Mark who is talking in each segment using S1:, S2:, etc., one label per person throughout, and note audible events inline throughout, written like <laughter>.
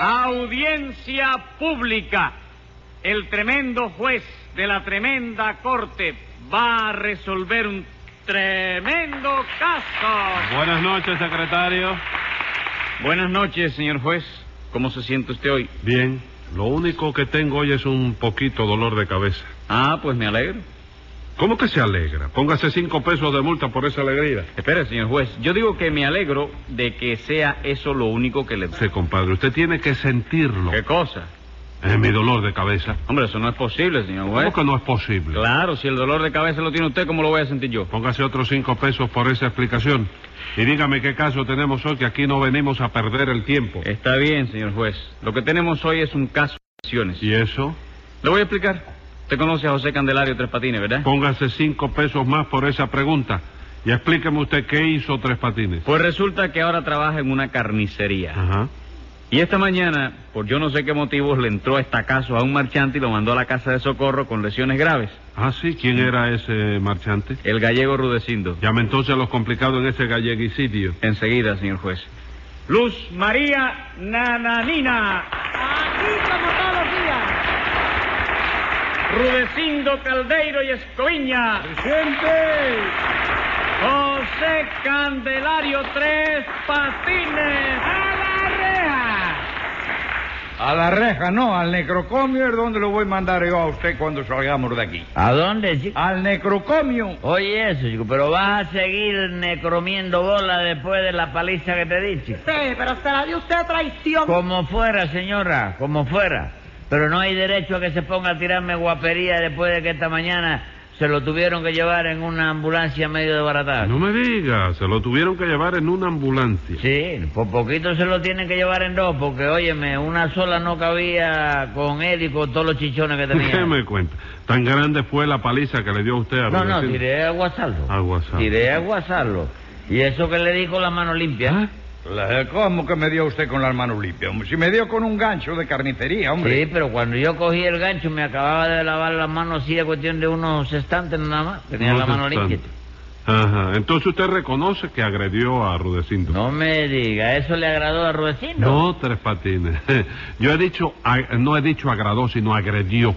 S1: Audiencia pública. El tremendo juez de la tremenda corte va a resolver un tremendo caso.
S2: Buenas noches, secretario.
S1: Buenas noches, señor juez. ¿Cómo se siente usted hoy?
S2: Bien, lo único que tengo hoy es un poquito dolor de cabeza.
S1: Ah, pues me alegro.
S2: ¿Cómo que se alegra? Póngase cinco pesos de multa por esa alegría.
S1: Espera, señor juez. Yo digo que me alegro de que sea eso lo único que le...
S2: Sí, compadre, usted tiene que sentirlo.
S1: ¿Qué cosa?
S2: Es mi dolor de cabeza.
S1: Hombre, eso no es posible, señor
S2: ¿Cómo
S1: juez.
S2: que no es posible?
S1: Claro, si el dolor de cabeza lo tiene usted, ¿cómo lo voy a sentir yo?
S2: Póngase otros cinco pesos por esa explicación. Y dígame qué caso tenemos hoy, que aquí no venimos a perder el tiempo.
S1: Está bien, señor juez. Lo que tenemos hoy es un caso de lesiones.
S2: ¿Y eso?
S1: Le voy a explicar. Usted conoce a José Candelario Tres Patines, ¿verdad?
S2: Póngase cinco pesos más por esa pregunta. Y explíqueme usted qué hizo Tres Patines.
S1: Pues resulta que ahora trabaja en una carnicería.
S2: Ajá.
S1: Y esta mañana, por yo no sé qué motivos, le entró a estacazo a un marchante y lo mandó a la casa de socorro con lesiones graves.
S2: Ah, sí, ¿quién era ese marchante?
S1: El gallego Rudecindo.
S2: Llame entonces a los complicados en ese galleguicidio.
S1: Enseguida, señor juez. Luz María Nananina.
S3: Aquí como todos los días.
S1: Rudecindo Caldeiro y Escoviña. José Candelario Tres Patines. ¡A la reja!
S4: A la reja, no, al necrocomio es donde lo voy a mandar yo a usted cuando salgamos de aquí.
S5: ¿A dónde, chico?
S4: Al necrocomio.
S5: Oye eso, chico, pero vas a seguir necromiendo bola después de la paliza que te di, chico.
S3: Sí, pero se la dio usted a traición.
S5: Como fuera, señora, como fuera. Pero no hay derecho a que se ponga a tirarme guapería después de que esta mañana se lo tuvieron que llevar en una ambulancia medio desbaratada.
S2: No me diga, se lo tuvieron que llevar en una ambulancia.
S5: Sí, por poquito se lo tienen que llevar en dos, porque, óyeme, una sola no cabía con él y con todos los chichones que tenía.
S2: ¿Qué me cuenta? Tan grande fue la paliza que le dio a usted a
S5: No, no,
S2: Rudecindo.
S5: tiré a guasarlo.
S2: A
S4: Ah.
S2: guasarlo.
S5: Tiré a guasarlo. Y eso que le di con la mano limpia.
S2: ¿Ah?
S4: La- ¿Cómo que me dio usted con las manos limpias, hombre? Si me dio con un gancho de carnicería, hombre.
S5: Sí, pero cuando yo cogí el gancho me acababa de lavar las manos así de cuestión de unos estantes nada más. Tenía
S2: No
S5: la
S2: se
S5: mano
S2: están.
S5: limpia.
S2: Ajá, entonces usted reconoce que agredió a Rudecindo.
S5: No me diga, ¿eso le agradó a Rudecindo?
S2: No, Tres Patines. <laughs> Yo he dicho, ag- no he dicho agradó, sino agredió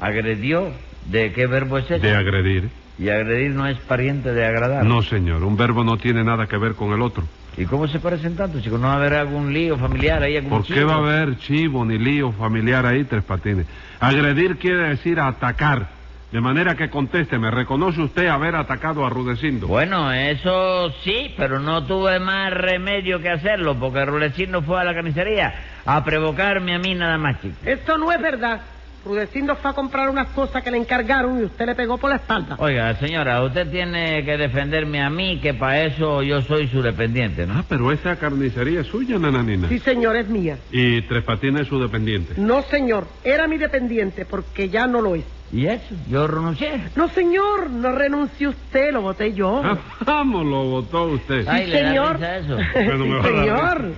S5: ¿Agredió? ¿De qué verbo es eso?
S2: de agredir.
S5: Y agredir no es pariente de agradar.
S2: No, señor, un verbo no tiene nada que ver con el otro.
S5: ¿Y cómo se parecen tanto, chicos? ¿No va a haber algún lío familiar ahí? Algún
S2: ¿Por qué
S5: chisme?
S2: va a haber chivo ni lío familiar ahí, Tres Patines? Agredir quiere decir atacar. De manera que contésteme, ¿reconoce usted haber atacado a Rudecindo?
S5: Bueno, eso sí, pero no tuve más remedio que hacerlo, porque Rudecindo fue a la carnicería a provocarme a mí nada más, chico.
S3: Esto no es verdad. Rudecindo fue a comprar unas cosas que le encargaron y usted le pegó por la espalda.
S5: Oiga, señora, usted tiene que defenderme a mí, que para eso yo soy su dependiente, ¿no?
S2: Ah, pero esa carnicería es suya, nananina.
S3: Sí, señor, es mía.
S2: Y Tres Patines es su dependiente.
S3: No, señor, era mi dependiente porque ya no lo es.
S5: ¿Y eso? Yo renuncié.
S3: No, señor, no renunció usted, lo voté yo. <laughs>
S2: Ah, vamos, lo votó usted.
S5: Ay,
S3: sí,
S5: le da
S3: señor.
S5: risa eso.
S2: Bueno,
S3: Sí,
S2: me va a dar
S3: señor.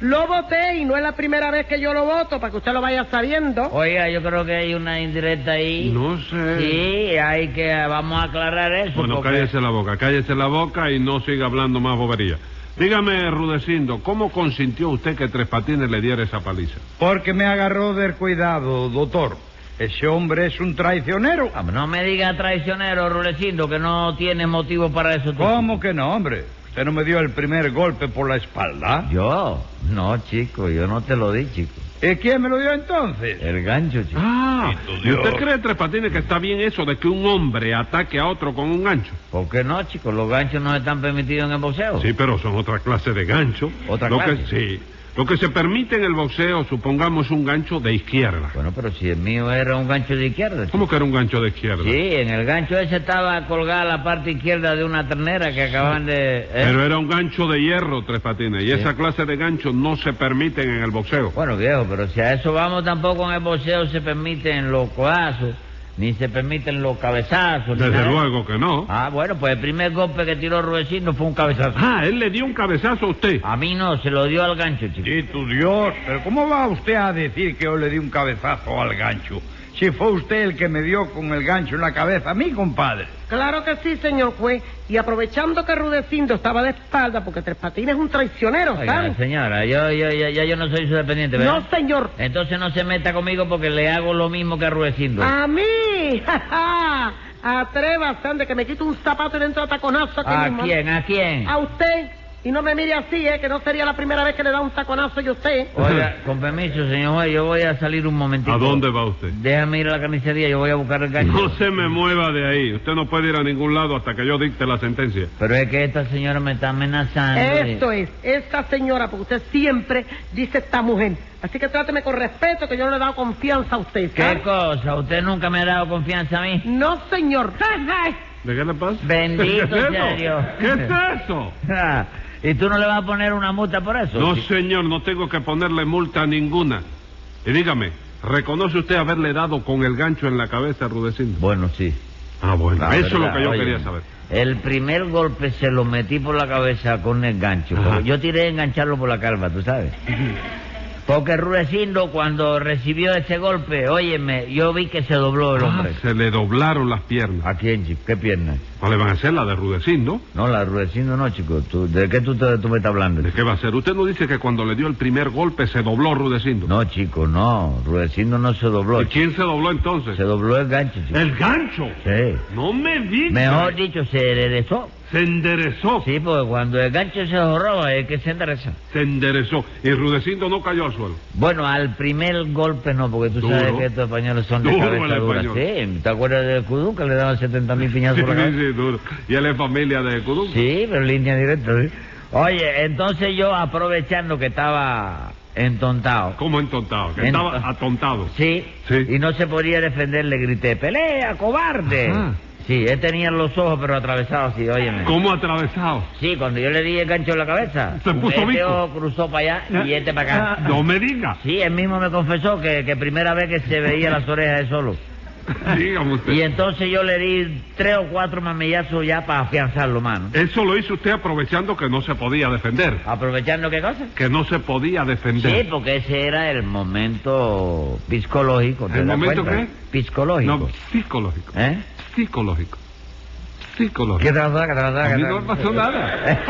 S3: Lo voté y no es la primera vez que yo lo voto, para que usted lo vaya sabiendo.
S5: Oiga, yo creo que hay una indirecta ahí.
S2: No sé.
S5: Sí, hay que... Vamos a aclarar eso.
S2: Bueno,
S5: porque-
S2: cállese la boca, cállese la boca y no siga hablando más bobería. Dígame, Rudecindo, ¿cómo consintió usted que Tres Patines le diera esa paliza?
S4: Porque me agarró del cuidado, doctor. Ese hombre es un traicionero.
S5: Ah, No me diga traicionero, Rulecindo, que no tiene motivo para eso. tú.
S4: ¿Cómo que no, hombre? Usted no me dio el primer golpe por la espalda.
S5: Yo. No, chico, yo no te lo di, chico.
S4: ¿Y quién me lo dio entonces?
S5: El gancho, chico.
S2: Ah,
S4: Bendito
S2: ¿y usted
S4: Dios.
S2: cree, Tres Patines, que está bien eso de que un hombre ataque a otro con un gancho?
S5: ¿Por qué no, chico? Los ganchos no están permitidos en el boxeo.
S2: Ah. Sí, pero son otra clase de gancho.
S5: ¿Otra
S2: Lo
S5: clase?
S2: Que, sí. Lo que se permite en el boxeo, supongamos un gancho de izquierda.
S5: Bueno, pero si el mío era un gancho de izquierda, chico.
S2: ¿Cómo que era un gancho de izquierda?
S5: Sí, ¿eh? en el gancho ese estaba colgada la parte izquierda de una ternera que acaban de... ¿eh?
S2: Pero era un gancho de hierro, Tres Patines, y
S5: Sí.
S2: esa clase de ganchos no se permiten en el boxeo.
S5: Bueno, viejo, pero si a eso vamos, tampoco en el boxeo se permiten los codazos, ni se permiten los cabezazos. ni
S2: Desde
S5: nada.
S2: luego que no.
S5: ¿eh? Ah, bueno, pues el primer golpe que tiró Rudecindo fue un cabezazo.
S2: Ah, él le dio un cabezazo a usted.
S5: A mí no, se lo dio al gancho, chico.
S4: Y tu Dios, pero ¿cómo va usted a decir que yo le di un cabezazo al gancho? si fue usted el que me dio con el gancho en la cabeza a mí, compadre.
S3: Claro que sí, señor juez. Y aprovechando que Rudecindo estaba de espalda, porque Tres Patines es un traicionero,
S5: Oiga,
S3: ¿saben?
S5: señora, yo, yo, ya, ya yo no soy su dependiente, ¿verdad?
S3: No, señor.
S5: Entonces no se meta conmigo porque le hago lo mismo que a Rudecindo.
S3: A mí. <laughs> ja, ja. Atrévase, ande, que me quito un zapato y dentro de taconazo. aquí
S5: ¿A
S3: mismo.
S5: quién? ¿A quién?
S3: A usted. Y no me mire así, ¿eh? Que no sería la primera vez que le da un taconazo yo a usted.
S5: Oiga, con permiso, señor juez, yo voy a salir un momentito.
S2: ¿A dónde va usted?
S5: Déjame ir a la carnicería, yo voy a buscar el gancho.
S2: No se me mueva de ahí. Usted no puede ir a ningún lado hasta que yo dicte la sentencia.
S5: Pero es que esta señora me está amenazando. y-
S3: Esto es, esta señora, porque usted siempre dice esta mujer. Así que tráteme con respeto, que yo no le he dado confianza a usted.
S5: ¿Qué
S3: ¿sabe?
S5: cosa? ¿Usted nunca me ha dado confianza a mí?
S3: No,
S5: <laughs>
S3: señor.
S2: ¿De qué le pasa?
S5: Bendito
S2: ¿Qué es
S5: sea
S2: eso?
S5: Dios.
S2: ¿Qué es eso?
S5: <laughs> Ah, ¿Y tú no le vas a poner una multa por eso?
S2: No,
S5: Sí.
S2: señor, no tengo que ponerle multa ninguna. Y dígame, ¿reconoce usted haberle dado con el gancho en la cabeza a Rudecindo?
S5: Bueno, sí.
S2: Ah, bueno,
S5: La
S2: eso es lo
S5: verdad,
S2: que yo
S5: oye,
S2: quería saber.
S5: El primer golpe se lo metí por la cabeza con el gancho.
S2: Ajá.
S5: porque Yo tiré a engancharlo por la calva, tú sabes. Porque Rudecindo, cuando recibió ese golpe, óyeme, yo vi que se dobló el hombre.
S2: Ah, se le doblaron las piernas.
S5: ¿A quién, chico? ¿Qué pierna?
S2: ¿Cuál le van a hacer la de Rudecindo?
S5: No, la Rudecindo no, chico. Tú- ¿De qué tú, te- tú me estás hablando?
S2: ¿De
S5: chico?
S2: qué va a ser? Usted no dice que cuando le dio el primer golpe se dobló Rudecindo.
S5: No, chico, no. Rudecindo no se dobló.
S2: ¿Y
S5: chico.
S2: quién se dobló entonces?
S5: Se dobló el gancho, chico.
S2: El gancho.
S5: Sí.
S2: No me diga.
S5: Mejor dicho, se enderezó.
S2: Se enderezó.
S5: Sí, porque cuando el gancho se joró es que se endereza.
S2: Se enderezó. Y Rudecindo no cayó al suelo.
S5: Bueno, al primer golpe no, porque tú
S2: Duro.
S5: sabes que estos españoles son de
S2: Duro
S5: cabeza
S2: el
S5: dura.
S2: español.
S5: Sí, ¿te acuerdas de Cudú que le daban 70 mil piñazos
S2: Sí,
S5: por la cabeza?
S2: sí, duro. Y él es familia de Kudum.
S5: Sí, pero en línea directa, sí. Oye, entonces yo aprovechando que estaba entontado.
S2: ¿Cómo entontado? Que
S5: Ent-
S2: estaba atontado.
S5: Sí,
S2: Sí.
S5: y no se podía defender, le grité, pelea, cobarde.
S2: Ajá.
S5: Sí, él tenía los ojos pero atravesados, sí, óyeme.
S2: ¿Cómo atravesado?
S5: Sí, cuando yo le di el gancho en la cabeza,
S2: Se puso
S5: este
S2: bico. Ah,
S5: ojo cruzó para allá y este para acá.
S2: No me
S5: <laughs>
S2: diga.
S5: Sí, él mismo me confesó que, que primera vez que se veía las orejas de solo.
S2: Dígame usted.
S5: Y entonces yo le di tres o cuatro mamillazos ya para afianzarlo, mano.
S2: Eso lo hizo usted aprovechando que no se podía defender.
S5: ¿Aprovechando qué cosa?
S2: Que no se podía defender.
S5: Sí, porque ese era el momento psicológico. ¿te
S2: ¿El
S5: das
S2: momento
S5: cuenta? Psicológico.
S2: No, psicológico.
S5: ¿Eh?
S2: Psicológico.
S5: ¿Qué
S2: Psicológico.
S5: trasada, qué trasada,
S2: A
S5: qué
S2: mí no me pasó nada.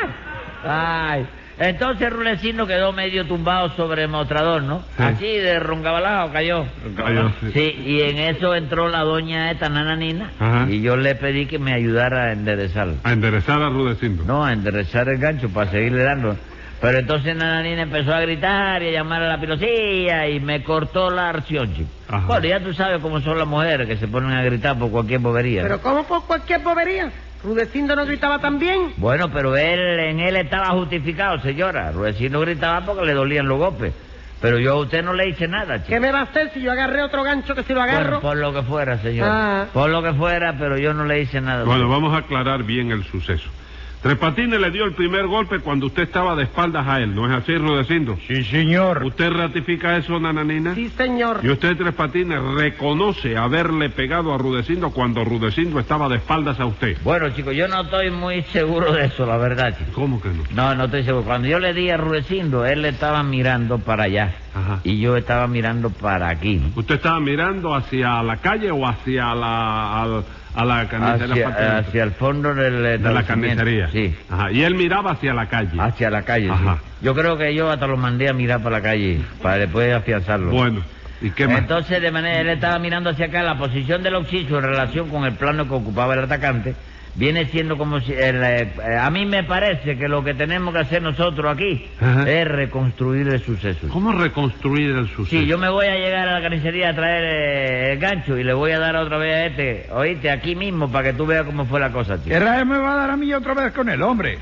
S5: <laughs> Ay. Entonces Rulecino quedó medio tumbado sobre el mostrador, ¿no?
S2: Sí.
S5: Así de roncabalado cayó.
S2: Cayó, sí.
S5: Sí, y en eso entró la doña esta nananina
S2: Ajá.
S5: y yo le pedí que me ayudara a enderezarlo.
S2: A enderezar a Rudecindo.
S5: No, a enderezar el gancho para seguirle dando. Pero entonces Nananina empezó a gritar y a llamar a la pilosía y me cortó la acción, chico.
S2: Ajá.
S5: Bueno, ya tú sabes cómo son las mujeres que se ponen a gritar por cualquier bobería.
S3: Pero ¿cómo por cualquier bobería? Rudecindo no gritaba también.
S5: Bueno, pero él, en él estaba justificado, señora. Ruecino gritaba porque le dolían los golpes. Pero yo a usted no le hice nada,
S3: ¿Qué
S5: chico.
S3: me va a hacer si yo agarré otro gancho que si lo
S5: Bueno,
S3: agarro?
S5: por lo que fuera, señora.
S3: Ah.
S5: Por lo que fuera, pero yo no le hice nada.
S2: Bueno, vamos a aclarar bien el suceso. Tres Patines le dio el primer golpe cuando usted estaba de espaldas a él, ¿no es así, Rudecindo?
S4: Sí, señor.
S2: ¿Usted ratifica eso, Nananina?
S3: Sí, señor.
S2: Y usted, Tres Patines, reconoce haberle pegado a Rudecindo cuando Rudecindo estaba de espaldas a usted.
S5: Bueno, chicos, yo no estoy muy seguro de eso, la verdad, chico.
S2: ¿Cómo que no?
S5: No, no estoy seguro. Cuando yo le di a Rudecindo, él le estaba mirando para allá.
S2: Ajá.
S5: Y yo estaba mirando para aquí.
S2: ¿Usted estaba mirando hacia la calle o hacia la... al- a la carnicería?
S5: Hacia,
S2: Patines?
S5: hacia el fondo del
S2: de la
S5: establecimiento.
S2: carnicería.
S5: Sí. Ah,
S2: Ajá. Y él miraba hacia la calle.
S5: Hacia la calle, sí.
S2: Ajá.
S5: Yo creo que yo hasta lo mandé a mirar para la calle, para después afianzarlo.
S2: Bueno, ¿y qué más?
S5: Entonces, de manera, él estaba mirando hacia acá, la posición del occiso en relación con el plano que ocupaba el atacante, viene siendo como si... el, eh, eh, a mí me parece que lo que tenemos que hacer nosotros aquí
S2: Ajá.
S5: es reconstruir el suceso.
S2: ¿Cómo reconstruir el suceso?
S5: Sí, yo me voy a llegar a la carnicería a traer eh, el gancho y le voy a dar otra vez a este, oíste, aquí mismo, para que tú veas cómo fue la cosa, tío.
S4: El rayo me va a dar a mí otra vez con el hombre.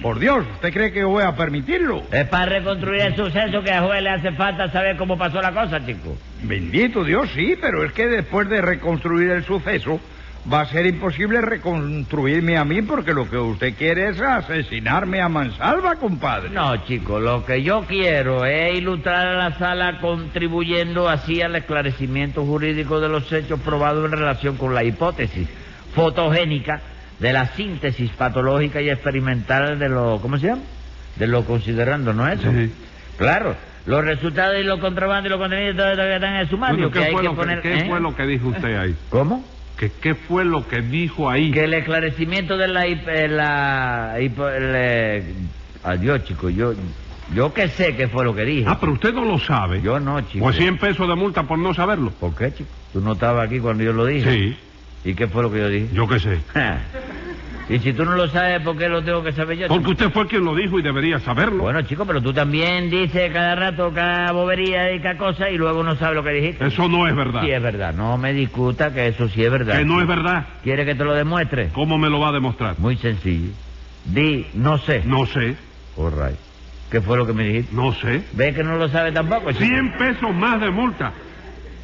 S4: Por Dios, ¿usted cree que yo voy a permitirlo?
S5: Es para reconstruir el suceso que a Joel le hace falta saber cómo pasó la cosa, chico.
S4: Bendito Dios, sí, pero es que después de reconstruir el suceso, va a ser imposible reconstruirme a mí porque lo que usted quiere es asesinarme a mansalva, compadre.
S5: No, chico, lo que yo quiero es ilustrar a la sala contribuyendo así al esclarecimiento jurídico de los hechos probados en relación con la hipótesis fotogénica de la síntesis patológica y experimental de lo, ¿cómo se llama? De lo considerando, ¿no es eso?
S2: Sí.
S5: Claro, los resultados y los contrabandos y los contenidos todavía están en el sumario.
S2: Bueno,
S5: que hay
S2: ¿qué, fue
S5: que
S2: lo que,
S5: poner,
S2: qué
S5: ¿eh?
S2: fue lo que dijo usted ahí?
S5: ¿Cómo?
S2: ¿Qué, qué fue lo que dijo ahí?
S5: Que el esclarecimiento de la... hip- eh, la hipo- el, eh, adiós, chico, yo... Yo que sé qué fue lo que dije.
S2: Ah, pero usted no lo sabe.
S5: Yo no, chico.
S2: Pues 100 pesos de multa por no saberlo.
S5: ¿Por qué, chico? ¿Tú no estabas aquí cuando yo lo dije?
S2: Sí,
S5: ¿Y qué fue lo que yo dije?
S2: yo qué sé.
S5: y si tú no lo sabes, ¿por qué lo tengo que saber yo? chico?
S2: Porque usted fue quien lo dijo y debería saberlo.
S5: Bueno, chico, pero tú también dices cada rato cada bobería y cada cosa y luego no sabes lo que dijiste.
S2: Eso no es verdad.
S5: Sí es verdad. No me discuta que eso sí es verdad.
S2: Que no es verdad.
S5: ¿Quiere que te lo demuestre?
S2: ¿Cómo me lo va a demostrar?
S5: Muy sencillo. Di, no sé.
S2: No sé,
S5: All right. ¿Qué fue lo que me dijiste?
S2: no sé.
S5: ¿Ves que no lo sabe tampoco, chico?
S2: 100 pesos más de multa.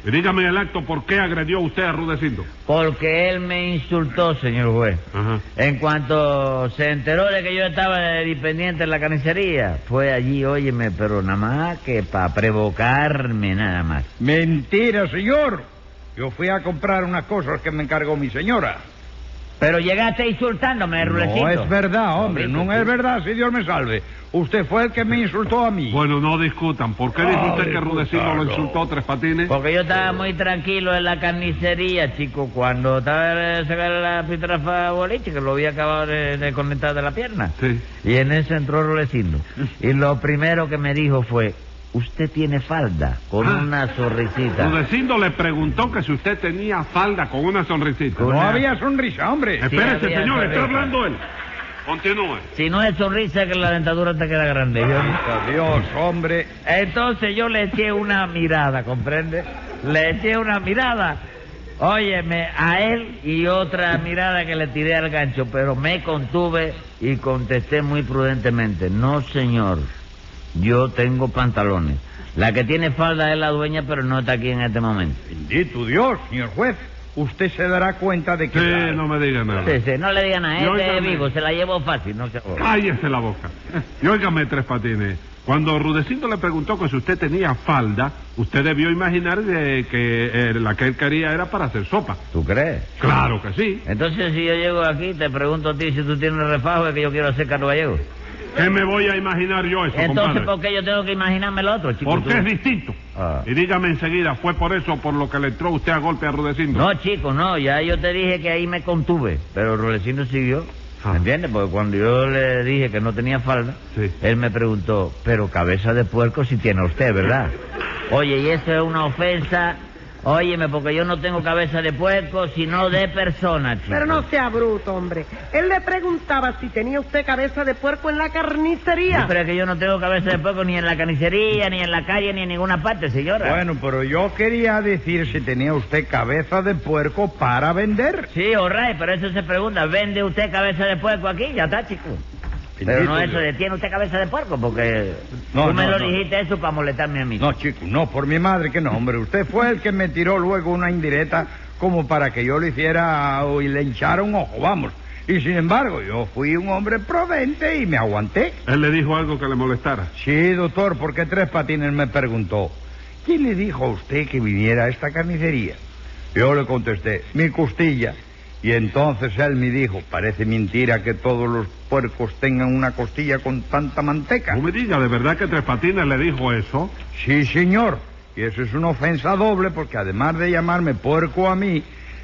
S2: Y dígame en el acto por qué agredió usted a Rudecindo.
S5: Porque él me insultó, señor juez.
S2: Ajá.
S5: En cuanto se enteró de que yo estaba de dependiente en la carnicería, fue allí, óyeme, pero nada más que para provocarme nada más.
S4: Mentira, señor. Yo fui a comprar unas cosas que me encargó mi señora.
S5: Pero llegaste insultándome, Rulecito.
S4: No es verdad, hombre,
S5: Pobrecito,
S4: no es
S5: sí.
S4: verdad, si Dios me salve. Usted fue el que me insultó a mí.
S2: Bueno, no discutan. ¿Por qué dijo
S4: Ah,
S2: usted que Rudecindo lo
S4: discutarlo.
S2: insultó tres patines?
S5: Porque yo estaba muy tranquilo en la carnicería, chico, cuando estaba de sacar la pitrafa boliche, que lo había acabado de, de conectar de la pierna.
S2: Sí.
S5: Y en eso entró Rulecindo. Y lo primero que me dijo fue, usted tiene falda, con
S2: Ah.
S5: una sonrisita.
S2: Rudecindo le preguntó que si usted tenía falda con una sonrisita.
S5: Con-
S4: No
S5: una-
S4: había sonrisa, hombre.
S5: Sí,
S2: Espérese,
S5: había
S2: señor,
S5: esa
S2: está
S5: vez.
S2: hablando él. Continúe.
S5: Si no es sonrisa, que la dentadura te queda grande. ¿vio?
S4: Ay, Dios, hombre.
S5: Entonces yo le eché una mirada, ¿comprende? Le eché una mirada. Óyeme, a él y otra mirada que le tiré al gancho, pero me contuve y contesté muy prudentemente. No, señor, yo tengo pantalones. La que tiene falda es la dueña, pero no está aquí en este momento.
S4: Bendito Dios, señor juez. Usted se dará cuenta de que...
S2: Sí, no me diga nada.
S5: Sí, sí, no le digan a
S2: Y
S5: él, este es
S2: óigame.
S5: vivo, se la llevo fácil, no se joda.
S2: Cállese la boca. Y óigame, Tres Patines, cuando Rudecindo le preguntó que si usted tenía falda, usted debió imaginar de que eh, la que él quería era para hacer sopa.
S5: ¿Tú crees?
S2: Claro que sí.
S5: Entonces, si yo llego aquí, te pregunto a ti si tú tienes refajo, es que yo quiero hacer carro gallego.
S2: ¿Qué me voy a imaginar yo eso,
S5: Entonces,
S2: compadre?
S5: ¿por qué yo tengo que imaginarme lo otro, chico?
S2: Porque
S5: Tú-
S2: es distinto.
S5: Ah.
S2: Y dígame enseguida, ¿fue por eso por lo que le entró usted a golpe a Rudecindo?
S5: No, chico, no, ya yo te dije que ahí me contuve, pero Rolecino siguió.
S2: Ah.
S5: ¿Me entiendes? Porque cuando yo le dije que no tenía falda,
S2: Sí.
S5: él me preguntó, pero cabeza de puerco si tiene usted, ¿verdad? Oye, y eso es una ofensa. Óyeme, porque yo no tengo cabeza de puerco, sino de persona, chico.
S3: Pero no sea bruto, hombre. Él le preguntaba si tenía usted cabeza de puerco en la
S5: Sí,
S3: carnicería.
S5: Pero es que yo no tengo cabeza de puerco ni en la carnicería, ni en la calle, ni en ninguna parte, señora.
S4: Bueno, pero yo quería decir si tenía usted cabeza de puerco para vender.
S5: Sí, orray, pero eso se pregunta, ¿vende usted cabeza de puerco aquí? Ya está, chico. Pero no
S4: Bendito
S5: eso de,
S4: Dios.
S5: ¿tiene usted cabeza de puerco? Porque
S4: No,
S5: tú me
S4: no,
S5: lo
S4: no.
S5: dijiste eso para molestarme a mí.
S4: No, chico, no, por mi madre que no, hombre. Usted fue el que me tiró luego una indirecta como para que yo le hiciera o- y le hinchara un ojo, vamos. Y sin embargo, yo fui un hombre prudente y me aguanté.
S2: Él le dijo algo que le molestara.
S4: Sí, doctor, porque Tres Patines me preguntó, ¿quién le dijo a usted que viniera a esta carnicería? Yo le contesté, mi costilla. Y entonces él me dijo, parece mentira que todos los puercos tengan una costilla con tanta manteca.
S2: No me diga, ¿de verdad que Tres Patines le dijo eso?
S4: Sí, señor. Y eso es una ofensa doble porque además de llamarme puerco a mí,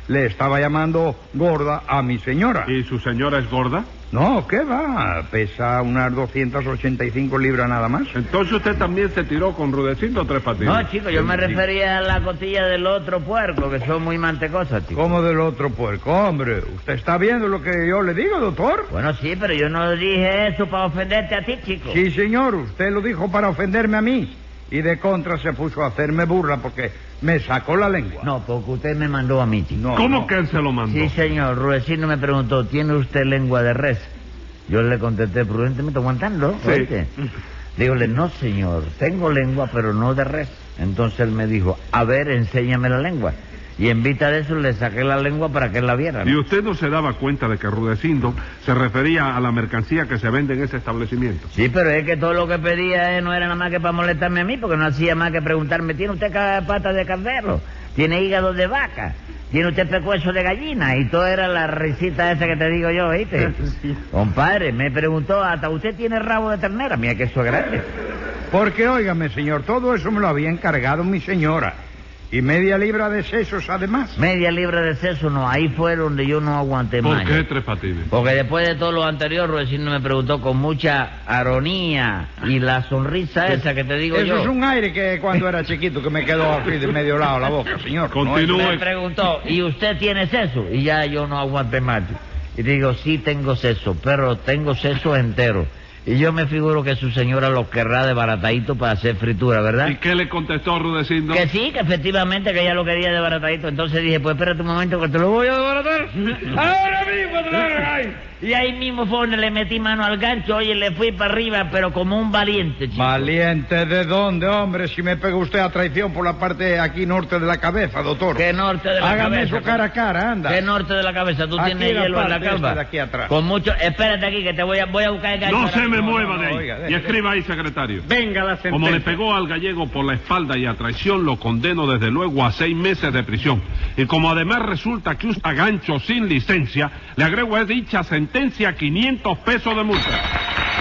S4: le estaba llamando gorda a mi señora.
S2: ¿Y su señora es gorda?
S4: No, ¿qué va? Pesa unas 285 libras nada más.
S2: Entonces usted también se tiró con Rudecindo Tres Patines.
S5: No, chico, yo me refería a la costilla del otro puerco, que son muy mantecosas, chico.
S4: Como del otro puerco, hombre. ¿Usted está viendo lo que yo le digo, doctor?
S5: Bueno, sí, pero yo no dije eso para ofenderte a ti, chico.
S4: Sí, señor. Usted lo dijo para ofenderme a mí. Y de contra se puso a hacerme burla porque me sacó la lengua.
S5: No, porque usted me mandó a mí, chico.
S4: No,
S2: ¿Cómo
S4: no.
S2: que él se lo mandó?
S5: Sí, señor. Ruecino me preguntó, ¿tiene usted lengua de res? Yo le contesté prudentemente, aguantando,
S2: Sí.
S5: ¿oíste? Dígole, no, señor, tengo lengua, pero no de res. Entonces él me dijo, a ver, enséñame la lengua. Y en vista de eso le saqué la lengua para que él la viera. ¿no?
S2: ¿Y usted no se daba cuenta de que Rudecindo se refería a la mercancía que se vende en ese establecimiento?
S5: Sí, pero es que todo lo que pedía eh, no era nada más que para molestarme a mí, porque no hacía más que preguntarme, ¿tiene usted ca- patas de cordero? ¿Tiene hígado de vaca? ¿Tiene usted pecueso de gallina? Y todo era la risita esa que te digo yo,
S4: <laughs>
S5: ¿oíste? Compadre, me preguntó, ¿hasta usted tiene rabo de ternera? Mira que eso es grande.
S4: Porque, óigame, señor, todo eso me lo había encargado mi señora. Y media libra de sesos, además.
S5: Media libra de seso, no, ahí fue donde yo no aguanté
S2: ¿Por
S5: más.
S2: qué tres patines?
S5: Porque después de todo lo anterior, Rudecindo me preguntó con mucha aronía y la sonrisa esa que te digo
S4: Eso
S5: yo.
S4: es un aire que cuando era chiquito que me quedó aquí de medio lado la boca, señor. No es-
S2: Continúe.
S5: Me preguntó, ¿y usted tiene seso? Y ya yo no aguanté más. Y digo, sí tengo seso, pero tengo seso entero. Y yo me figuro que su señora lo querrá desbaratadito para hacer fritura, ¿verdad?
S2: ¿Y qué le contestó Rudecindo?
S5: Que sí, que efectivamente que ella lo quería desbaratadito. Entonces dije, pues espérate un momento que te lo voy a desbaratar. <laughs> Ahora mismo te lo voy a desbaratar. Y ahí mismo fue donde le metí mano al gancho, oye, le fui para arriba, pero como un valiente, chico.
S4: Valiente de dónde, hombre, si me pega usted a traición por la parte aquí norte de la cabeza, doctor.
S5: Que norte de la
S4: Hágame
S5: cabeza.
S4: eso cara a cara, anda.
S5: ¿Qué norte de la cabeza? ¿Tú
S4: Aquí
S5: tienes
S4: la
S5: hielo en la
S4: parte
S5: calva?
S4: esta de aquí atrás.
S5: Con mucho... Espérate aquí que te voy a, voy a buscar el gancho.
S2: No
S5: ahora
S2: se me
S5: mismo.
S2: mueva
S4: no,
S2: de
S4: oiga,
S2: ahí.
S4: deje,
S2: Y
S4: deje.
S2: escriba ahí, secretario.
S1: Venga la sentencia.
S2: Como le pegó al gallego por la espalda y a traición, lo condeno desde luego a seis meses de prisión. Y como además resulta que usa gancho sin licencia, le agrego a dicha sentencia 500 pesos de multa.